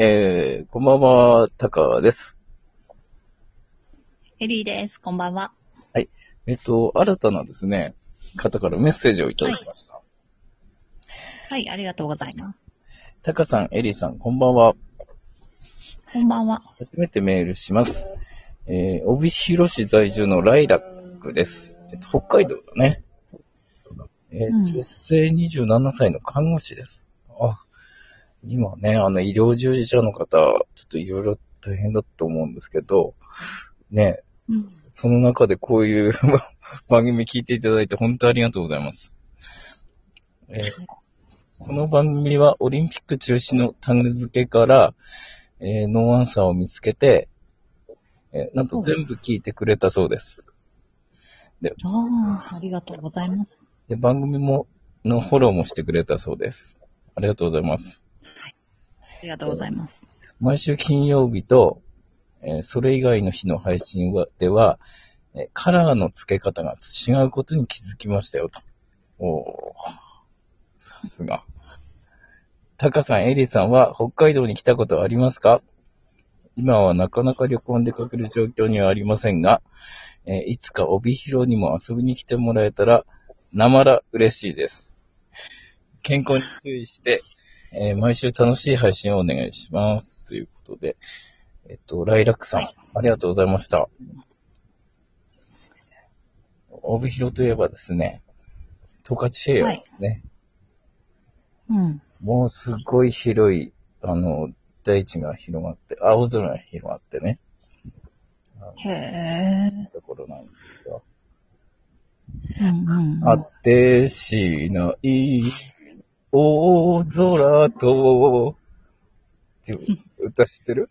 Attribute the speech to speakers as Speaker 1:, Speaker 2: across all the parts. Speaker 1: えー、こんばんは、タカです。
Speaker 2: エリーです。こんばんは。
Speaker 1: えっと、新たなですね、方からメッセージをいただきました。
Speaker 2: はい、ありがとうございます。
Speaker 1: タカさん、エリーさん、こんばんは。
Speaker 2: こんばんは。
Speaker 1: 初めてメールします。えー、帯広市在住のライラックです。えっと、北海道だね。えー
Speaker 2: うん
Speaker 1: 女性27歳の看護師です。あ、今ね、あの、医療従事者の方、ちょっといろいろ大変だと思うんですけど、ね、
Speaker 2: うん。
Speaker 1: その中でこういう 番組聞いていただいて本当ありがとうございます。えーこの番組はオリンピック中止のタグ付けから、えーノーアンサーを見つけて、えーなんと全部聞いてくれたそうです。
Speaker 2: ああ、ありがとうございます。
Speaker 1: で番組も、のフォローもしてくれたそうです。ありがとうございます。
Speaker 2: ありがとうございます。
Speaker 1: 毎週金曜日と、えーそれ以外の日の配信はでは、えーカラーの付け方が違うことに気づきましたよと。おーさすが。タカさん、エリーさんは北海道に来たことはありますか今はなかなか旅行に出かける状況にはありませんが、えーいつか帯広にも遊びに来てもらえたら、なまら嬉しいです。健康に注意して、えー毎週楽しい配信をお願いします。ということで、えっと、ライラックさん、ありがとうございました。帯広といえばですね、十勝平野ですね。
Speaker 2: うん。
Speaker 1: もうすごい広い、あの、大地が広がって、青空が広がってね、
Speaker 2: へえ。
Speaker 1: ところなんですよ。
Speaker 2: うんうんうん。
Speaker 1: あてしない大空と、っていう歌知ってる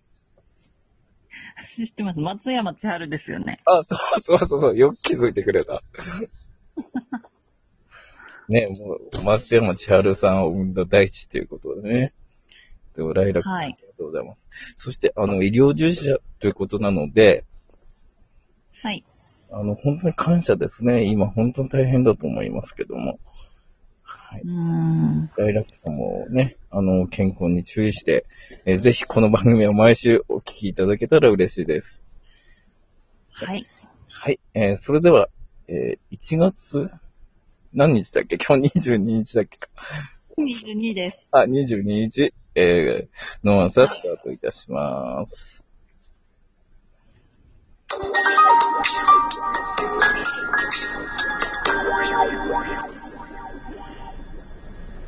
Speaker 2: 知ってます。松山千春ですよね。
Speaker 1: あ、そうそうそう、よく気づいてくれた。 ね、もう、松山千春さんを生んだ大地ということでね。でも、ライラックさん、
Speaker 2: はい
Speaker 1: ありがとうございます。そして、あの、医療従事者ということなので、
Speaker 2: はい。。
Speaker 1: あの、本当に感謝ですね。今、本当に大変だと思いますけども。はいう
Speaker 2: ーん。
Speaker 1: 大楽さんもね、あの、健康に注意して、えーぜひこの番組を毎週お聞きいただけたら嬉しいです。
Speaker 2: はい。
Speaker 1: はい。えーそれでは、えー1月、何日だっけ今日22日だっけか。
Speaker 2: 22です。
Speaker 1: あ、22日、えー、ノーアンサースタートいたします。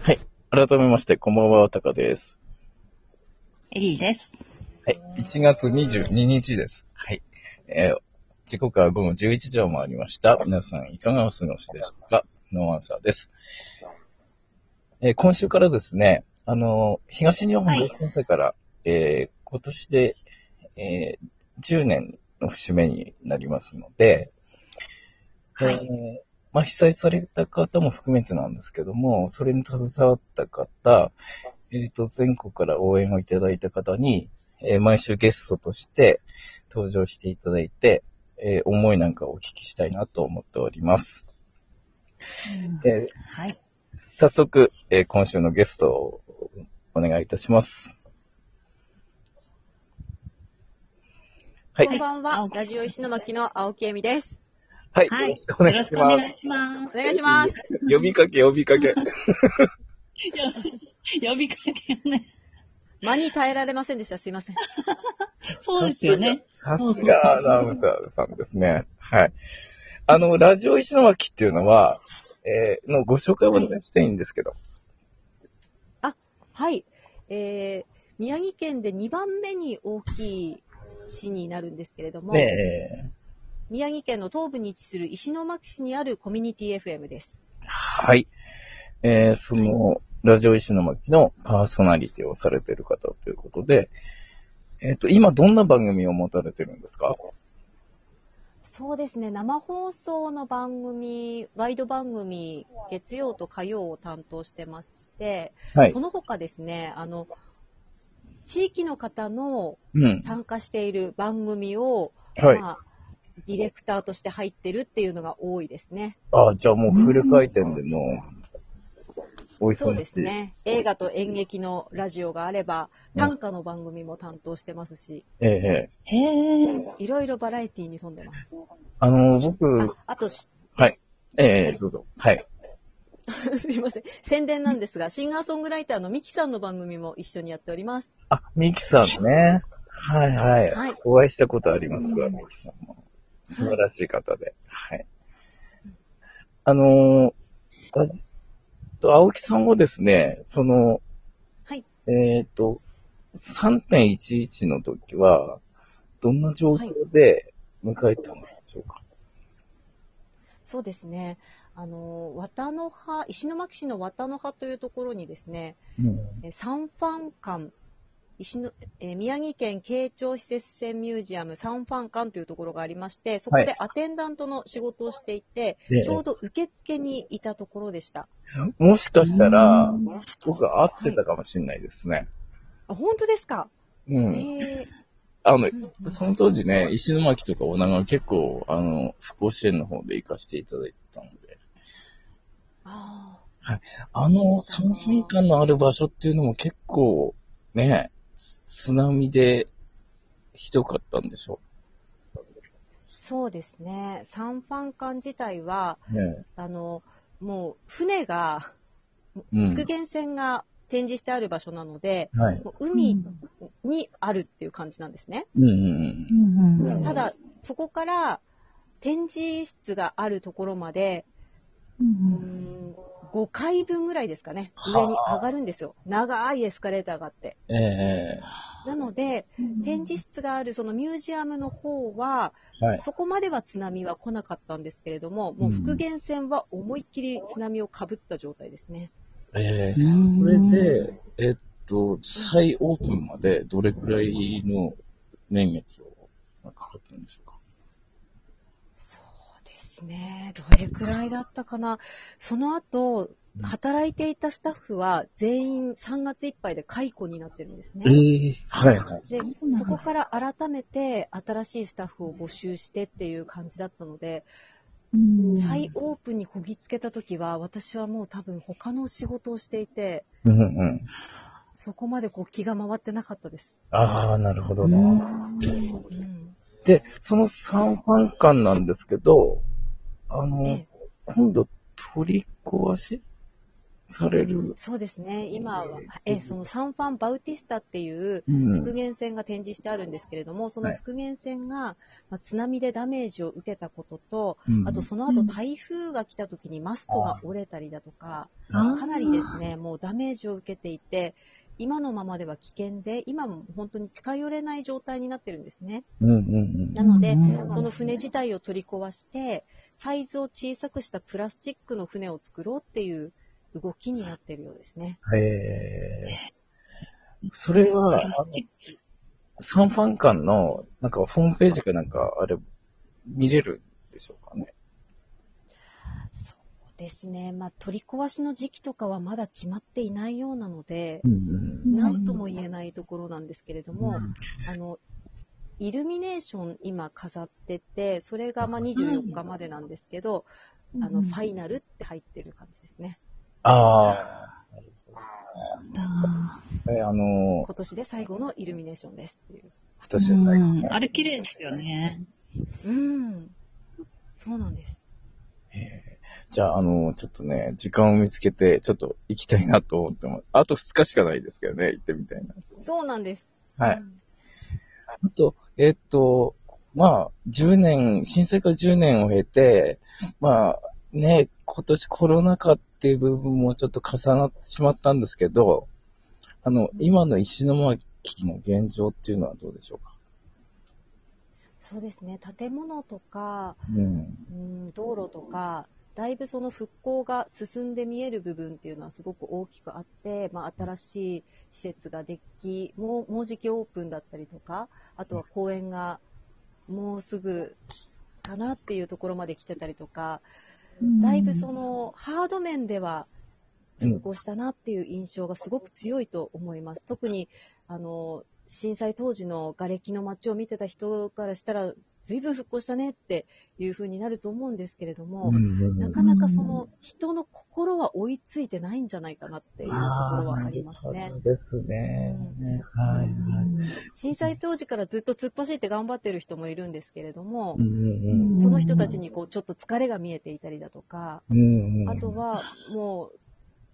Speaker 1: はい。改めまして、こんばんは、タカです。
Speaker 2: エリーです。
Speaker 1: はい。1月22日です。はい。えー時刻は午後11時を回りました。皆さん、いかがお過ごしでしょうかノーアンサーです。えー今週からですね、あのー東日本大震災から、えー今年で、えー10年の節目になりますので、
Speaker 2: は
Speaker 1: え
Speaker 2: い。
Speaker 1: ーまあ、被災された方も含めてなんですけども、それに携わった方、えっ、と、全国から応援をいただいた方に、えー毎週ゲストとして登場していただいて、えー思いなんかをお聞きしたいなと思っております。
Speaker 2: うん
Speaker 1: えー
Speaker 2: はい。
Speaker 1: 早速、えー今週のゲストをお願いいたします。はい。
Speaker 3: こ
Speaker 1: は
Speaker 3: ん
Speaker 1: い。
Speaker 3: ばん
Speaker 2: 青
Speaker 3: は。
Speaker 2: 木さん
Speaker 3: ラジオ石巻の青木恵美です。
Speaker 2: はい。
Speaker 1: よろ
Speaker 2: よ
Speaker 1: しくお願
Speaker 2: ろ
Speaker 1: い
Speaker 2: し
Speaker 1: し
Speaker 2: くお
Speaker 1: ます
Speaker 2: 願。いしま
Speaker 3: お
Speaker 2: す。
Speaker 3: 願いします。
Speaker 1: 呼びかけ、呼びかけ。
Speaker 2: 呼びかけをね。
Speaker 3: 間に耐えられませんでした。すいません。
Speaker 2: そうですよね。
Speaker 1: さ
Speaker 2: そう
Speaker 1: す
Speaker 2: そう
Speaker 1: がアナウンサーさんですね。はい。あの、ラジオ石巻っていうのは、えーのご紹介をお願いしたいんですけど。
Speaker 3: はい。えー、宮城県で2番目に大きい市になるんですけれども、
Speaker 1: ねえ。
Speaker 3: 宮城県の東部に位置する石巻市にあるコミュニティ FM です。
Speaker 1: はい。えーその、ラジオ石巻のパーソナリティをされている方ということで、えっ、と、今どんな番組を持たれてるんですか
Speaker 3: そうですね。生放送の番組、ワイド番組、月曜と火曜を担当してまして、
Speaker 1: はい
Speaker 3: そ。の他ですね、あの、地域の方の
Speaker 1: うん。
Speaker 3: 参加している番組を、
Speaker 1: はい。
Speaker 3: まあ、ディレクターとして入ってるっていうのが多いですね。
Speaker 1: あじゃあもうフル回転でもお
Speaker 3: そ
Speaker 1: 忙し
Speaker 3: う
Speaker 1: い。
Speaker 3: ですね。映画と演劇のラジオがあれば、
Speaker 1: うん
Speaker 3: 短歌の番組も担当してますし、
Speaker 1: ええええ
Speaker 2: へえ。
Speaker 3: いろいろバラエティーに富んでます。
Speaker 1: あの、僕、
Speaker 3: ああとし、
Speaker 1: ええええどうぞ。はい。
Speaker 3: すいません。宣伝なんですが、シンガーソングライターのミキさんの番組も一緒にやっております。
Speaker 1: あ、ミキさんね。はいはい。
Speaker 3: はい
Speaker 1: お会いしたことありますわ、ミキさんも。素晴らしい方で。はい。あのー、あと青木さんはですね、その、
Speaker 3: はい
Speaker 1: えっ、と、3.11の時は、どんな状況で迎えたんでしょうか。
Speaker 3: そうですね。あの、綿の葉、石巻市の綿の葉というところにですね、
Speaker 1: うん。
Speaker 3: えーサンファン館、石のえー宮城県慶長施設線ミュージアムサンファン館というところがありまして、そこ
Speaker 1: は
Speaker 3: でアテンダントの仕事をしていて、
Speaker 1: で
Speaker 3: ちょうど受付にいたところでした。
Speaker 1: もしかしたら
Speaker 2: うん、
Speaker 1: 僕は会ってたかもしれないですね。
Speaker 3: あ本当ですか、
Speaker 1: うん。
Speaker 3: え
Speaker 1: あの、
Speaker 3: ー
Speaker 1: その当時ね、石巻とか女川結構、あの、復興支援の方で行かせていただいてたので、
Speaker 3: あ
Speaker 1: あの、
Speaker 3: そう
Speaker 1: 3
Speaker 3: ですか
Speaker 1: 分間のある場所っていうのも結構、ね、津波でひどかったんでしょ
Speaker 3: ーそうですね、サンファン館自体は、
Speaker 1: う。ね
Speaker 3: あのもう船が、
Speaker 1: うん。
Speaker 3: 復元船が展示してある場所なので、
Speaker 1: はい。
Speaker 3: もう海にあるっていう感じなんですね。
Speaker 1: うんうん
Speaker 2: うん
Speaker 1: うん
Speaker 3: ただ、そこから展示室があるところまで、
Speaker 2: う
Speaker 3: うんん5階分ぐらいですかね、
Speaker 1: はあ
Speaker 3: 上に上がるんですよ。長いエスカレーターがあって。
Speaker 1: うん。ええ
Speaker 3: なので、展示室があるそのミュージアムの方は、
Speaker 1: はい。
Speaker 3: そこまでは津波は来なかったんですけれども、もう復元船は思いっきり津波をかぶった状態ですね。
Speaker 1: ええ
Speaker 2: うん
Speaker 1: それで、えっと、再オープンまでどれくらいの年月をかかったんでしょうか。
Speaker 3: そうですね、どれくらいだったかな。その後、働いていたスタッフは全員3月いっぱいで解雇になってるんですね。
Speaker 1: ええはいはい。
Speaker 3: で
Speaker 2: うなんだ
Speaker 3: そこから改めて新しいスタッフを募集してっていう感じだったので、
Speaker 2: うん
Speaker 3: 再オープンにこぎつけた時は、私はもう多分他の仕事をしていて、
Speaker 1: うんうん。
Speaker 3: そこまでこう気が回ってなかったです。
Speaker 1: ああ、なるほどな。
Speaker 3: うん
Speaker 1: で、その三半間なんですけど、あの
Speaker 3: ええ、
Speaker 1: 今度取り壊しされる。
Speaker 3: そうですね、今は、えそのサンファン・バウティスタっていう
Speaker 1: う
Speaker 3: 復
Speaker 1: ん。
Speaker 3: 元船が展示してあるんですけれども、その
Speaker 1: はい
Speaker 3: 復元船が、まあ津波でダメージを受けたことと、
Speaker 1: うん
Speaker 3: あとその後台風が来た時にマストが折れたりだとか、かなりですね、もうダメージを受けていて、今のままでは危険で、今も本当に近寄れない状態になってるんですね。
Speaker 1: うんうんうん
Speaker 3: なので
Speaker 2: うんうんう、ん
Speaker 3: その船自体を取り壊して、サイズを小さくしたプラスチックの船を作ろうっていう動きになってるようですね。
Speaker 1: へえ。それは、あの三半間の、なんかホームページかなんか、あれ、見れるんでしょうかね。
Speaker 3: そうですね、まあ、取り壊しの時期とかはまだ決まっていないようなので、
Speaker 1: うん
Speaker 2: ん
Speaker 3: なんとも言えないところなんですけれど
Speaker 1: うん。
Speaker 3: も、あの、イルミネーション今飾ってて、それがまあ24日までなんですけど、あの、ファイナルって入ってる感じですね。
Speaker 1: ああ。
Speaker 2: だ。
Speaker 1: え、あの、
Speaker 3: 今年で最後のイルミネーションですっていう。
Speaker 1: 私じゃない。
Speaker 2: うんあれ綺麗ですよね。
Speaker 3: うん。そうなんです。
Speaker 1: じゃあ、あの、ちょっとね、時間を見つけて、ちょっと行きたいなと思ってます。あと2日しかないですけどね、行ってみたいな。
Speaker 3: そうなんです。
Speaker 1: はい。
Speaker 3: うん
Speaker 1: あと、えっと、まあ、10年、新生活10年を経て、まあ、ね、今年コロナ禍っていう部分もちょっと重なってしまったんですけど、あの、今の石巻の現状っていうのはどうでしょうか
Speaker 3: そうですね。建物とか、
Speaker 1: うん。
Speaker 3: うん、道路とか、だいぶその復興が進んで見える部分っていうのはすごく大きくあって、まあ、新しい施設ができ、もうもうじきオープンだったりとか、あとは公園がもうすぐかなっていうところまで来てたりとか、だいぶそのハード面では復興したなっていう印象がすごく強いと思います。特にあの震災当時の瓦礫の街を見てた人からしたら、随分復興したねっていうふうになると思うんですけれども、
Speaker 1: うん
Speaker 3: なかなかその人の心は追いついてないんじゃないかなっていうところはありますね
Speaker 1: そ。うですね。はいはい。
Speaker 3: 震災当時からずっと突っ走って頑張ってる人もいるんですけれども
Speaker 1: う、ん
Speaker 3: その人たちにこうちょっと疲れが見えていたりだとか、
Speaker 1: うんうんうん
Speaker 3: あとはもう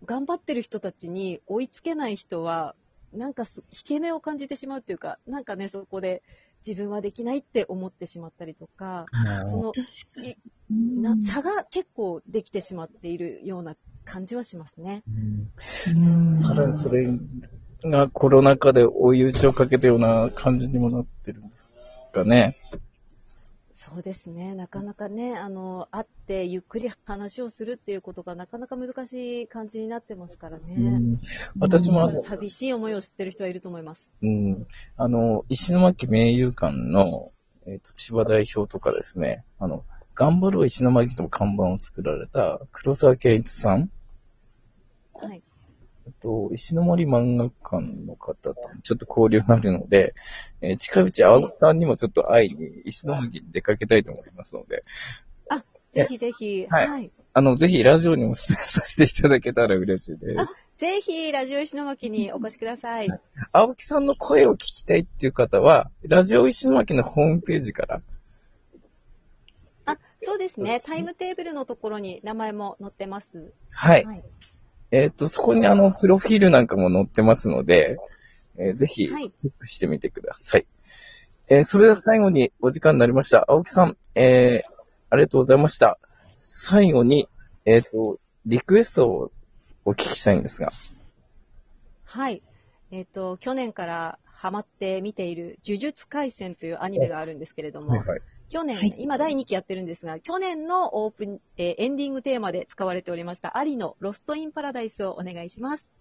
Speaker 3: 頑張ってる人たちに追いつけない人は、なんかす引け目を感じてしまうっていうか、なんかね、そこで自分はできないって思ってしまったりとか、そのいな差が結構できてしまっているような感じはしますね。
Speaker 1: うん
Speaker 2: うん
Speaker 1: さらにそれがコロナ禍で追い打ちをかけたような感じにもなってるんですかね。
Speaker 3: そうですね、なかなかね、あの会ってゆっくり話をするっていうことがなかなか難しい感じになってますからね。
Speaker 1: うん私もあの、
Speaker 3: 寂しい思いを知ってる人はいると思います。
Speaker 1: うん、あの、石巻名友館の、えっと千葉代表とかですね、あの、頑張ろう石巻と看板を作られた黒沢圭一さん、
Speaker 3: はい。
Speaker 1: えっと石森漫画館の方とちょっと交流があるので、えー近いうち青木さんにもちょっと会いに石巻に出かけたいと思いますので、
Speaker 3: ぜひぜひ、
Speaker 1: はい
Speaker 3: はい
Speaker 1: あの、ぜひラジオにも出演させていただけたら嬉しいです。
Speaker 3: ぜひ、ラジオ石巻にお越しください。
Speaker 1: 青木さんの声を聞きたいっていう方は、ラジオ石巻のホームページから、
Speaker 3: あ、そうですね。タイムテーブルのところに名前も載ってます。
Speaker 1: はい。
Speaker 3: はい。
Speaker 1: えっ、と、そこにあの、プロフィールなんかも載ってますので、えーぜひ、チ
Speaker 3: はい
Speaker 1: ェックしてみてください。えーそれでは最後にお時間になりました。青木さん、えーありがとうございました。最後に、えっ、と、リクエストをお聞きしたいんですが。
Speaker 3: はいえっ、と、去年からハマって見ている、呪術廻戦というアニメがあるんですけれども、
Speaker 1: はい。
Speaker 3: 去年、
Speaker 2: はい
Speaker 3: 今第2期やってるんですが、去年のオープン、えーエンディングテーマで使われておりました、アリのロストインパラダイスをお願いします。